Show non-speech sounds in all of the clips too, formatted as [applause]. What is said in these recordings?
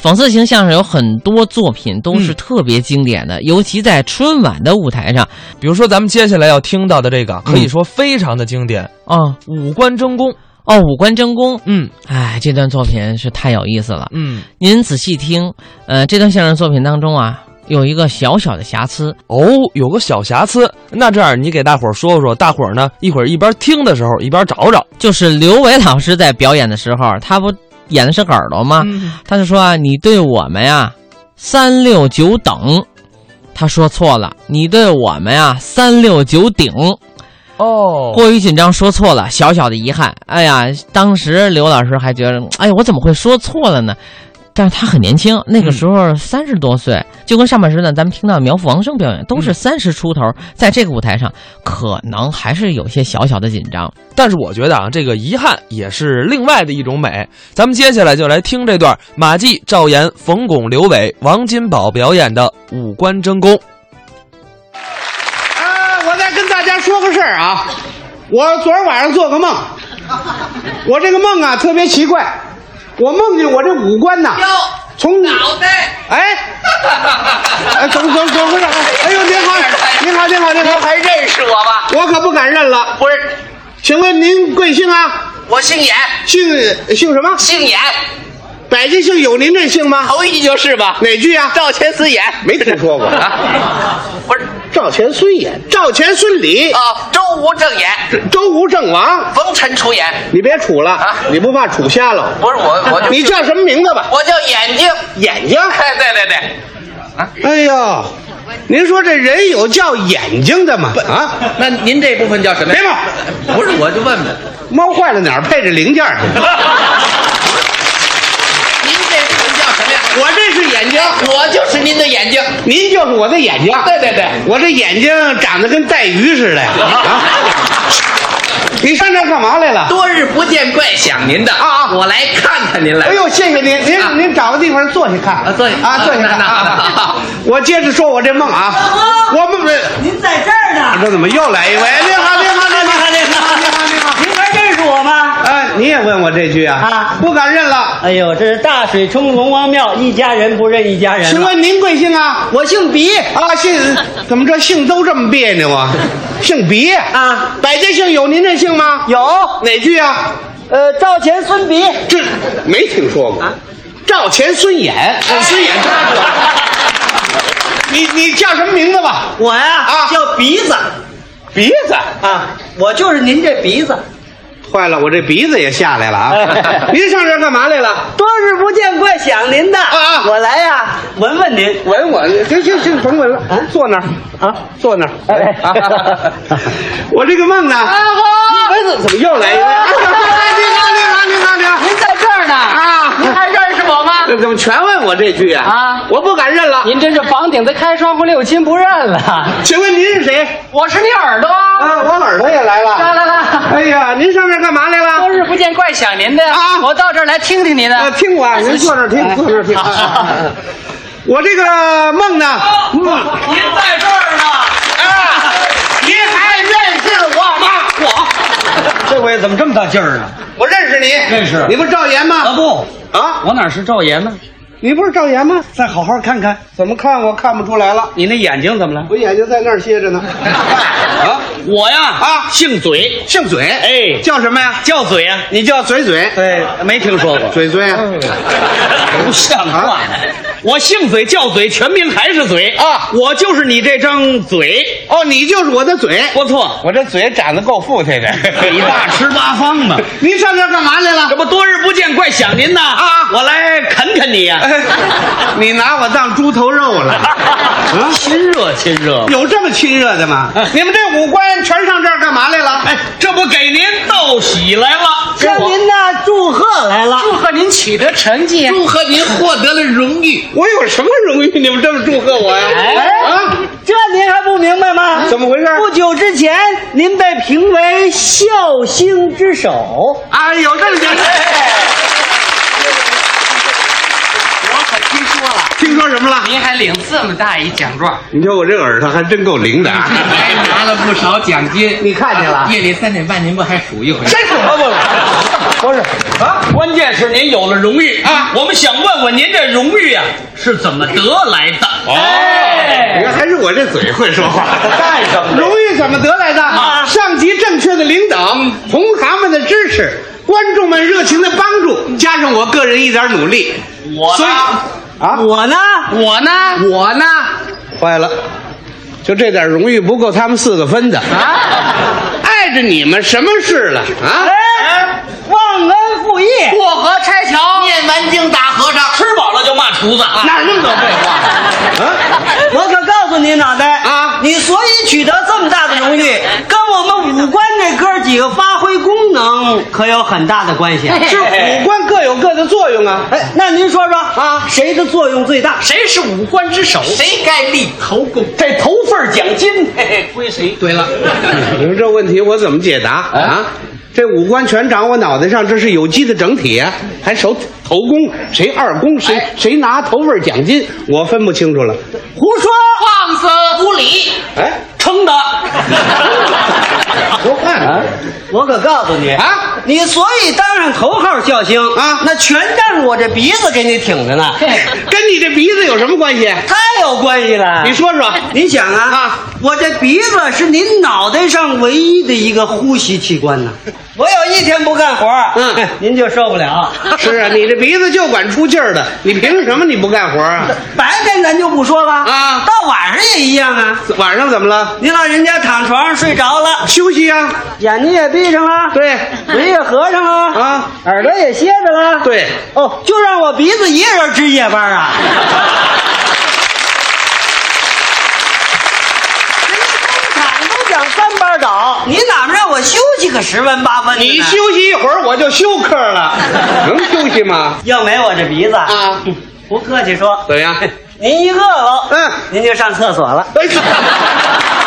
讽刺型相声有很多作品都是特别经典的，尤其在春晚的舞台上比如说咱们接下来要听到的这个，可以说非常的经典，啊，五官争功。哦，五官争功。嗯哎，这段作品是太有意思了。嗯，您仔细听，呃，这段相声作品当中啊，有一个小小的瑕疵，哦，有个小瑕疵。那这样你给大伙儿说说，大伙儿呢一会儿一边听的时候一边找找。就是刘伟老师在表演的时候，他不演的是耳朵吗？嗯他就说啊，你对我们呀三六九等，他说错了，你对我们呀三六九顶，哦，过于紧张说错了，小小的遗憾。哎呀，当时刘老师还觉得，哎呀，我怎么会说错了呢？但是他很年轻，嗯那个时候三十多岁，就跟上半时段咱们听到的苗阜王声表演都是嗯三十出头，在这个舞台上可能还是有些小小的紧张。但是我觉得啊，这个遗憾也是另外的一种美。咱们接下来就来听这段马季、赵岩、冯巩、刘伟、王金宝表演的《五官争功》。啊，我再跟大家说个事儿啊，我昨儿晚上做个梦，我这个梦啊特别奇怪，我梦见我这五官呐，从脑袋，哎，哎，怎么怎么怎么回事？哎呦，您好，您好，您好，您好，还认识我吗？我可不敢认了。不是，请问您贵姓啊？我姓演，姓姓什么？姓演，百家姓有您这姓吗？头一句就是吧？哪句啊？赵钱孙演没听说过啊？不是赵钱孙演，赵钱孙李，啊，周吴郑演，周吴郑王。冯陈楚演，你别杵了啊，你不怕杵瞎了？不是我，我就你叫什么名字吧？我叫眼睛， [laughs] 眼睛哎，对对对，哎呦，您说这人有叫眼睛的吗？啊，那您这部分叫什么别呀？闹，不是，我就问问，猫坏了哪儿配这零件儿？ [laughs] 您这部分叫什么呀？我这是眼睛，我就是您的眼睛，您就是我的眼睛。对对对，我这眼睛长得跟带鱼似 [laughs] 的呀！啊，你上这儿干嘛来了？多日不见，怪想您的啊啊我来看看您来哎了。呦，谢谢您，啊您您找个地方坐下看啊坐下啊，坐下看啊那那啊那。我接着说我这梦啊，我梦您在这儿呢？这怎么又来一位？你好，你好，你好，你好，你好，你好。您还认识我吗？ [laughs] 哎，你也问我这句啊？啊不敢认了。哎呦，这是大水冲龙王庙，一家人不认一家人请了。问您贵姓啊？哎我姓鼻，啊，姓怎么这姓都这么别 [laughs] 扭啊？姓别啊百家姓有您这姓吗？有哪句啊？呃赵钱孙鼻，这没听说啊过。赵钱孙衍，哎孙衍他 [laughs] 你你叫什么名字吧？我呀、啊叫鼻子鼻子啊，我就是您这鼻子。坏了，我这鼻子也下来 [laughs] 了啊！您上这儿干嘛来了？多日不见，怪想您的。啊我来呀、闻闻您。闻我，行行行，甭闻了，坐那儿啊，坐那儿。哎 [laughs] 啊，我这个梦呢？啊哎，怎怎么又来一位？哎你好，你好，你好，你好。您在这儿呢啊您还认识我吗？这怎么全问我这句啊？啊我不敢认了。您真是房顶子开窗户六亲不认了。请问您是谁？我是你耳朵。啊，我耳朵也来了。来来啊来，哎呀，您上这儿干嘛来了？日不见，怪想您的呀啊到这儿来听听您呃，听我啊，您坐这儿听，坐这儿听。啊啊啊啊我这个梦呢？梦，您在这儿呢，您还认识我吗？这回怎么这么大劲儿呢？我认识你，认识你不赵岩啊吗？不，啊，我哪是赵岩呢？你不是赵岩吗？再好好看看，怎么看我看不出来了？你那眼睛怎么了？我眼睛在那儿歇着呢。 [laughs] 啊，我呀啊姓嘴，姓嘴，哎叫什么呀？叫嘴呀、你叫嘴嘴，对，没听说过，嘴嘴啊。 [laughs] 不像话啊。我姓嘴叫嘴，全名还是嘴啊我就是你这张嘴，哦，你就是我的嘴。不错，我这嘴长得够富态的， [laughs] 北大吃八方嘛。您上这儿干嘛来这了？不多日不见，怪想您呐啊我来啃啃你呀、哎 [laughs] 你拿我当猪头肉 [laughs] 了？啊，亲热亲热。有这么亲热啊的吗？你们这五官全上这儿干嘛来了？哎，这不给您道喜来了，向您呢祝贺来了，祝贺您取得成绩，祝贺您获得了荣誉，我有什么荣誉？你们这么祝贺我呀？啊，这您还不明白吗？怎么回事哎不久之前，您被评为孝星之首。啊，有这么点哎事？我可听说了，听说什么了？您还领这么大一奖状。你瞧我这耳朵还真够灵的啊！还哎拿了不少奖金，啊你看见了夜里三点半，您不还数一回？真是不不，不是啊，关键是您有了荣誉啊我们想问问您这荣誉啊是怎么得来的？哎，你看，还是我这嘴会说话。干什么的荣誉怎么得来的？啊上级正确的领导，同行们的支持，观众们热情的帮助，加上我个人一点努力，我所以呢？啊，我呢？我呢，我呢，坏了，就这点荣誉不够他们四个分的啊！碍着你们什么事了啊？哎，忘恩负 [laughs] 义，过河拆桥，念完经打和尚，吃饱了就骂厨子啊！哪有那么多废话？我可告诉你，脑袋啊你所以取得这么大的荣誉，跟我们五官这哥几个发挥功能可有很大的关 [laughs] 系。啊是哎五官各有各的作用啊！哎，那您说说啊，谁的作用最大？谁是五官之首？谁该立头功？这头份儿奖金哎嘿嘿归谁？对了，啊你说这问题我怎么解答哎啊？这五官全长我脑袋上，这是有机的整体啊！还手头功，谁二功，谁哎谁拿头份奖金，我分不清楚了。胡说，放肆无礼！ [laughs] 哎，撑的。说话呢 [laughs] 我可告诉你，啊！你所以当上头号笑星啊那全仗我这鼻子给你挺着呢，哎跟你这鼻子有什么关系？太有关系了。啊你说说，你想啊，啊我这鼻子是您脑袋上唯一的一个呼吸器官 [laughs] 呢。我有一天不干活，嗯您就受 [laughs] 不了。是啊，你这鼻子就管出劲儿的，你凭什么你不干活 [laughs] 啊？白天咱就不说了啊到晚上也一样啊。晚上怎么了？您老人家躺床上睡着 [laughs] 了，休息啊呀、眼睛也闭上了，，对，嘴也合上了，啊耳朵也歇着了，对哦，就让我鼻子一个人值夜班啊。人家工厂都讲三班倒，你哪么让我休息个十分八分的呢？你休息一会儿我就休克了， [laughs] 能休息吗？要没我这鼻子啊，不客气说，怎么样？您一饿了，嗯您就上厕所了。哎呀，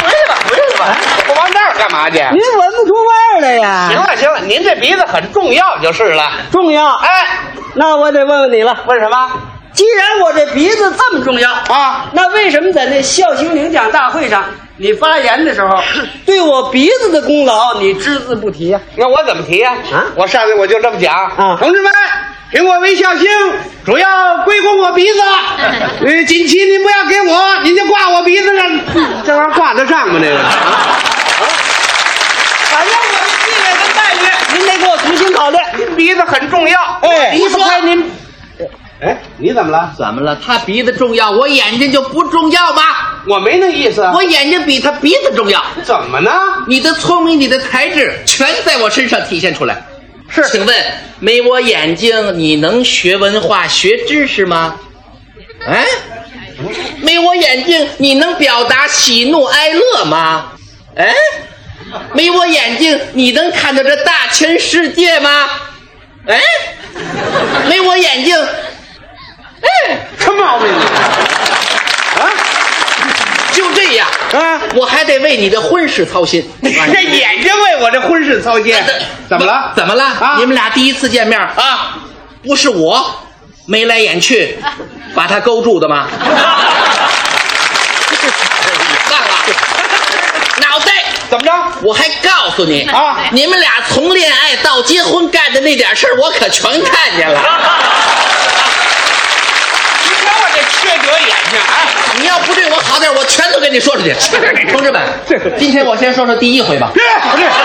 不是吧，不是吧，我往那儿干 [laughs] 嘛去？您闻不出味儿来行呀？了行了，您这鼻子很重要就是了。重要。哎，那我得问问你了，问什么？既然我这鼻子这么重要啊，那为什么在那孝兴领奖大会上你发言的时 [laughs] 候，对我鼻子的功劳你只字不提呀、那我怎么提呀、啊？我上去我就这么讲啊同志们，苹果微笑星主要归功我鼻 [laughs] 子，呃，锦旗您不要给我，您就挂我鼻子上，这玩意儿挂得上吗？这个。啊反正我的地位跟待遇，您得给我重新考虑。鼻子很重要，哎，离不开您。哎，你怎么了？怎么了？他鼻子重要，我眼睛就不重要吗？我没那意思。啊我眼睛比他鼻子重要。怎么呢？你的聪明，你的才智，全在我身上体现出来。是，请问没我眼睛，你能学文化、学知识吗？哎，没我眼睛，你能表达喜怒哀乐吗？哎，没我眼睛，你能看到这大千世界吗？哎，没我眼睛，哎，什么毛病啊你？就这样，啊，我还得为你的婚事操 [laughs] 心。这眼睛为我这婚事操心，呃 [coughs] 怎么了？怎么了？啊你们俩第一次见面啊，不是我眉来眼去把他勾住的 [laughs] 吗？干了，脑袋！怎么着？我还告诉你啊你们俩从恋爱到结婚干的那点事儿，我可全看见了。你瞧我这缺德眼睛，哎，你要不对我好点，我全都给你说出去。 [laughs] 同志们，今天我先说说第一回吧。不是。 [laughs]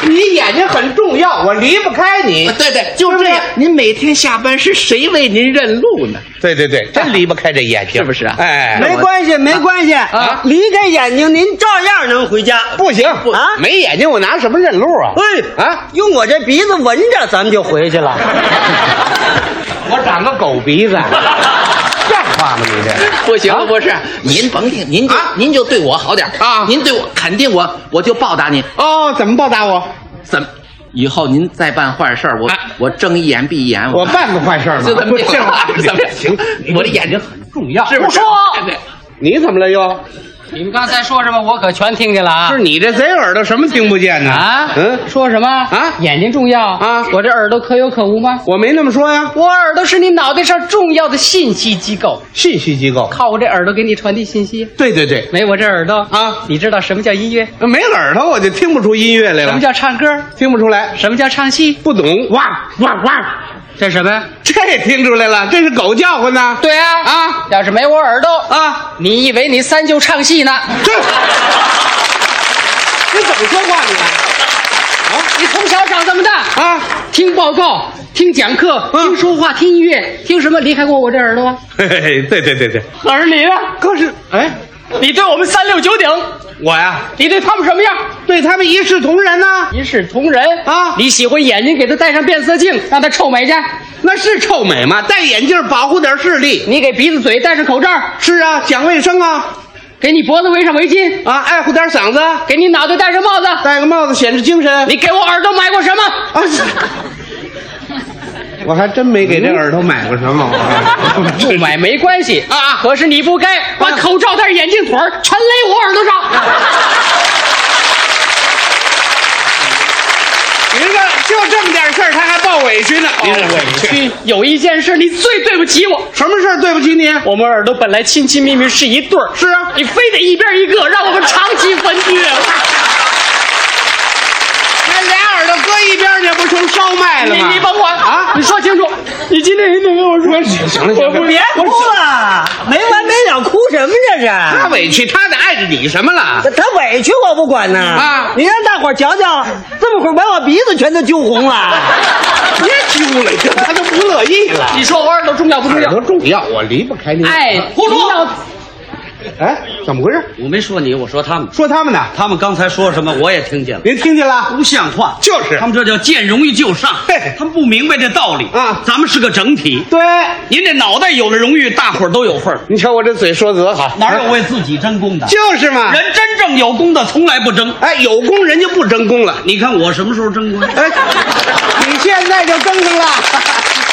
你眼睛很重要，我离不开你。对对，就这样。您每天下班是谁为您认路呢？对对对，真离不开这眼睛，是不是啊哎，没关系，没关系啊！离开眼睛，您照样能回家。不行啊没眼睛我拿什么认路啊？哎啊，用我这鼻子闻着，咱们就回去了。 [laughs] 我长个狗鼻子，像话吗你这？ [laughs] [laughs] 不行，啊不是，您甭听，您就、啊您就对我好点啊您对我肯定我，我就报答您。哦，怎么报答我？怎么？以后您再办坏事儿，我、哎我睁一眼闭一眼，我办过坏事吗？就 [laughs] 这么定这话怎么行？我的眼睛很重要，是不不啊是？说对对你怎么了又？你们刚才说什么，我可全听见了啊！是你这贼耳朵什么听不见呢？啊，嗯，说什么啊眼睛重要啊我这耳朵可有可无吗？我没那么说呀。我耳朵是你脑袋上重要的信息机构，信息机构，靠我这耳朵给你传递信息。对对对，没我这耳朵啊呃你知道什么叫音乐？没耳朵我就听不出音乐来什么了，叫唱歌？听不出来，什么叫唱戏？不懂哇哇哇，这什么呀？这听出来了，这是狗叫唤呢。对啊啊要是没我耳朵，啊，你以为你三舅唱戏呢？这 [laughs] 你怎么说话你啊你从小长这么大，啊？听报哦告，听讲课，嗯听说话，听音乐，听什么离开过我这耳朵吗？嘿嘿嘿， [laughs] 对对对对，耳林啊，可是哎，你对我们三六九鼎，我呀你对他们什么样？对他们一视同仁呐、一视同仁啊你喜欢眼睛，给他戴上变色镜，让他臭美去；那是臭美吗？戴眼镜保护点视力。你给鼻子、嘴戴上口罩，是啊，讲卫生啊给你脖子围上围巾，啊，爱护点嗓子，给你脑袋戴上帽子。戴个帽子显示精神。你给我耳朵买过什么？ [laughs] 啊，是我还真没给这耳朵买过什么。 [laughs] 我不买没关系啊可是你不该把啊口罩戴上眼镜腿儿全勒我耳朵 [laughs] 上。您这就这么点事儿，他还抱委屈呢。您这委屈， [laughs] 有一件事你最对不起我，什么事儿？对不起你。我们耳朵本来亲亲密密是一对儿，是啊，你非得一边一个，让我们长期分居。啊 [laughs] 还俩耳朵搁一边儿，这不成烧麦了你吗？你甭管啊你说清楚，你今天一定跟我说。行了行了我不 [laughs] 别哭了，没完没了，哭什么这他是？委屈，他得碍着你什么了？他委屈我不管呢啊你让大伙儿瞧瞧，这么会儿把我鼻子全都揪红了。 [laughs] 别揪了，这他都不乐意了。你说我耳朵重要不重耳要朵？重要，我离不开你。哎，胡不说！要哎，怎么回事？我没说你，我说他们。说他们呢？他们刚才说什么我也听见了，您听见了？不像 [laughs] 话。就是他们这叫见荣誉就上嘿，他们不明白这道理啊咱们是个整体，对，您这脑袋有了荣誉，大伙儿都有份儿。你瞧我这嘴说得多好，啊哪有为自己争功的？就是啊嘛。人真正有功的从来不争。哎，有功人就不争功了。你看我什么时候争功？哎， [laughs] 你现在就争上了，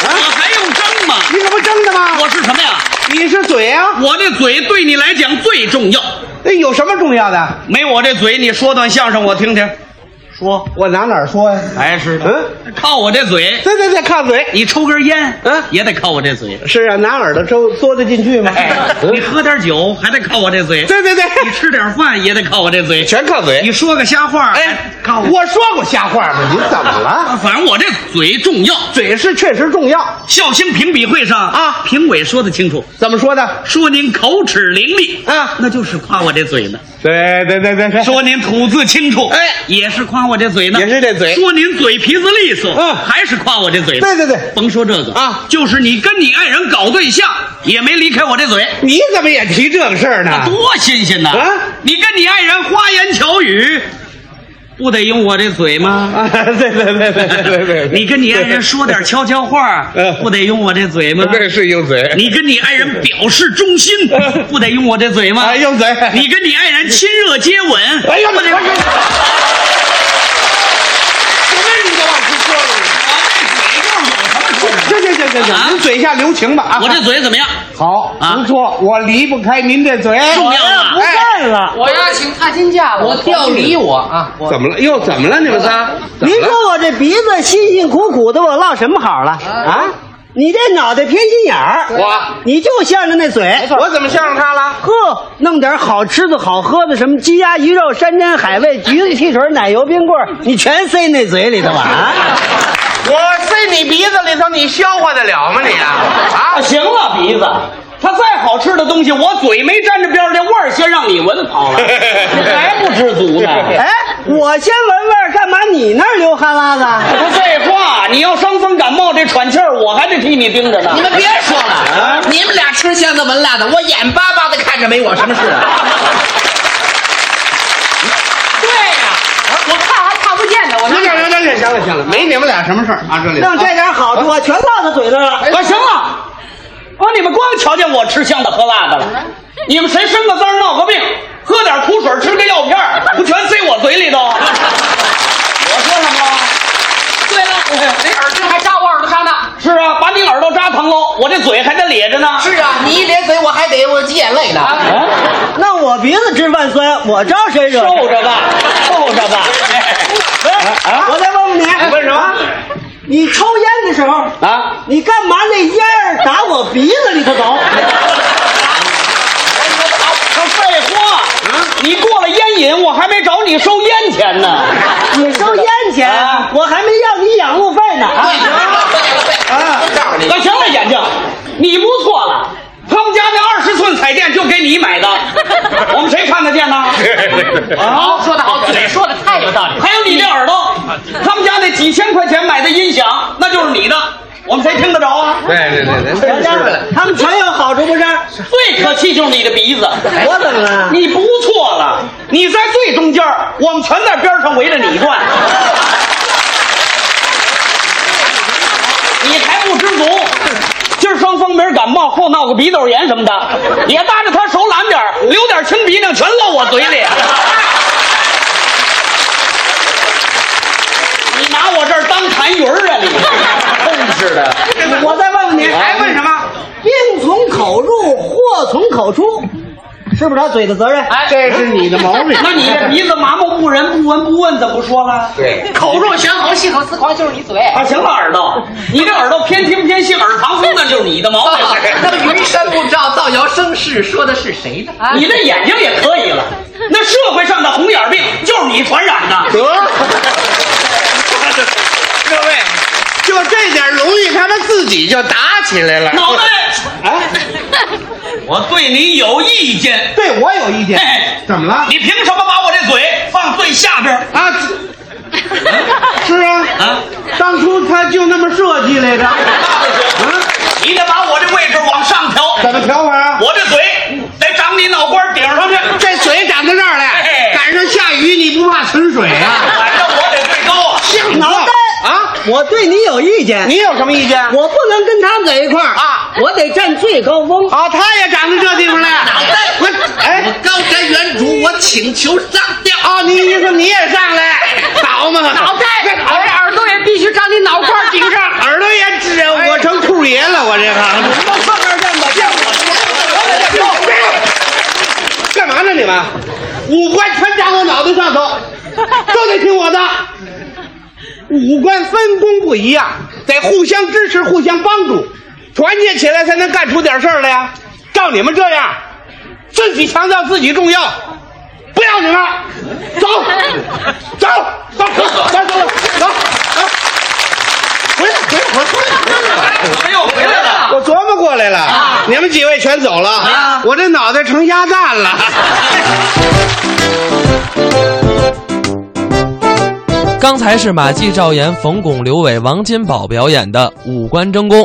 我还用争吗？你可不争的吗？我是什么呀？你是嘴啊，我这嘴对你来讲最重要，那有什么重要的？没我这嘴，你说段相声我听听。说，我拿哪儿说呀？哎是的，嗯，靠我这嘴，对对对，靠嘴。你抽根烟，嗯也得靠我这嘴。是啊，拿耳朵周缩得进去吗？哎，嗯你喝点酒还得靠我这嘴，对对对，你吃点饭也得靠我这嘴，全靠你嘴。说个瞎话，哎还靠，我。我说过瞎话吗？你怎么了？反正我这嘴重要。嘴是确实重要，孝兴评比会上啊评委说的清楚，怎么说的？说您口齿伶俐啊那就是夸我这嘴呢；对对对对对，说您吐字清楚，哎也是夸我这嘴呢； [laughs] 也是这嘴说您嘴皮子利索，嗯还是夸我这嘴呢。对对对，甭说这个啊就是你跟你爱人搞对象，也没离开我这嘴。你怎么也提这个事儿呢？ [laughs] 多新鲜呐！啊你跟你爱人花言巧语，不得用我这嘴吗？啊，对对对对对对对，你跟你爱人说点悄悄 [laughs] 话嗯，不得用我这嘴吗？这是嗯用嘴，你跟你爱人表示忠心，不得用我这嘴吗啊？用嘴，你跟你爱人亲热接吻，哎呦不得我这啊行行行行行，您嘴下留情吧啊！我这嘴怎么样？好，啊不错，我离不开您这嘴。重要吗不干哎了，我要请踏金假，我调离我啊！我怎么了？又怎么了？你们仨？怎么您了说我这鼻子辛辛苦苦的，我落什么好了啊？你这脑袋偏心眼儿，我你就向着那嘴。我怎么向着他了？呵，弄点好吃的好喝的，什么鸡鸭鱼肉、山珍海味、橘子汽水、奶油冰棍儿，你全塞那嘴里头 [laughs] 吧？啊！我塞你鼻子里头，你消化得了吗你啊？啊，行了，鼻子，它再好吃的东西，我嘴没沾着边儿，这味儿先让你闻跑了，你还不知足呢？哎，我先闻味儿，干嘛你那儿流哈喇子？不废话，你要伤风感冒这喘气儿，我还得替你盯着呢。你们别说了，啊你们俩吃香的闻辣的，我眼巴巴的看着没我什么事 [laughs] 啊。对呀、我看还看不见呢，我行行行行行了行了，没你们俩什么事儿啊？[laughs] 这里弄这点好处啊，全落到嘴上了。啊，行了，啊，你们光瞧见我吃香的喝辣的了，你们谁生个滋儿闹个病，喝点苦水吃个药片儿，不全塞我嘴里头？ [laughs] 我说什么了？对了，那耳钉还扎我耳朵上呢。是啊，把你耳朵扎疼喽，我这嘴还得咧着呢。是啊，你一咧嘴，我还得我挤眼泪呢。那我小鼻子直犯酸，我招谁惹谁？受着吧，受着吧。哎啊我再问问你，问什么啊你抽烟的时候，啊，你干嘛那烟儿打我鼻子里头 [laughs] 走？他废话你过了烟瘾，我还没找你收烟钱呢。你收烟钱啊，我还没要你养路费呢。啊啊，告诉你，那行了，眼镜，你不错了。他们家那二十寸彩电就给你买的，我们谁看得见呢？好，说的好，你说的太有道理了。还有你这耳朵，他们家那几千块钱买的音响，那就是你的，我们谁听得着啊？对对对对，全家他们全有好处不是？最可气就是你的鼻子，我怎么了？你不错了，你在最中间儿，我们全在边上围着你转。你还不知足，今儿双风鼻感冒，后闹个鼻窦炎什么的，也搭着他手懒点儿留点青鼻梁，全落我嘴里。你拿我这儿当痰盂儿啊你！真是的， [laughs] 我再问问你，还问什么？哎病从口入，祸从口出，是不是他嘴的责任？哎，这是你的毛病。那 [laughs] [laughs] 你 [laughs] 这鼻子麻木不仁，不闻不问，怎么不说了？ [laughs] 口若悬河，心口丝狂，就是你嘴。啊，行了，耳朵， [laughs] 你这耳朵偏听偏信，耳旁风，那就是你的毛病。啊 [laughs] 那啊么云山雾罩，造谣生事，说的是谁呢？啊， [laughs] 你这眼睛也 [laughs] 可以了，那社会上的红眼病就是你传染的。各位，就这点荣誉，他们自己就打起来了。脑袋，哎，我对你有意见。对我有意见，哎，怎么了？你凭什么把我这嘴放最下边儿？啊，是啊，啊，当初他就那么设计来着。你得把我这位置往上调，怎么调法啊？我这嘴得长你脑瓜顶上去。啊这嘴长到这儿来哎，赶上下雨你不怕沉水啊？反正我得最高啊！脑袋啊！我对你有意见，你有什么意见？啊我不能跟他们在一块儿啊，我得占最高峰。啊，他也长到这地方来。脑袋，我哎我高瞻远瞩，我请求上吊。啊，你意思你也上来？倒嘛！脑袋，我这哎耳朵也必须长你脑瓜顶上。耳朵也指我成兔爷了，我这个。到上面站吧，见我。干嘛呢你们？五官全长我脑袋上头，都得听我的。五官分工不一样，得互相支持、互相帮助，团结起来才能干出点事儿来呀。照你们这样，自己强调自己重要，不要你们，走，走，走，走，走，走，走，走，回来，回来，回来。哎呦，回来了。我琢磨过来了，你们几位全走了，我这脑袋成鸭蛋了。刚才是马季、赵岩、冯巩、刘伟、王金宝表演的《五官争功》。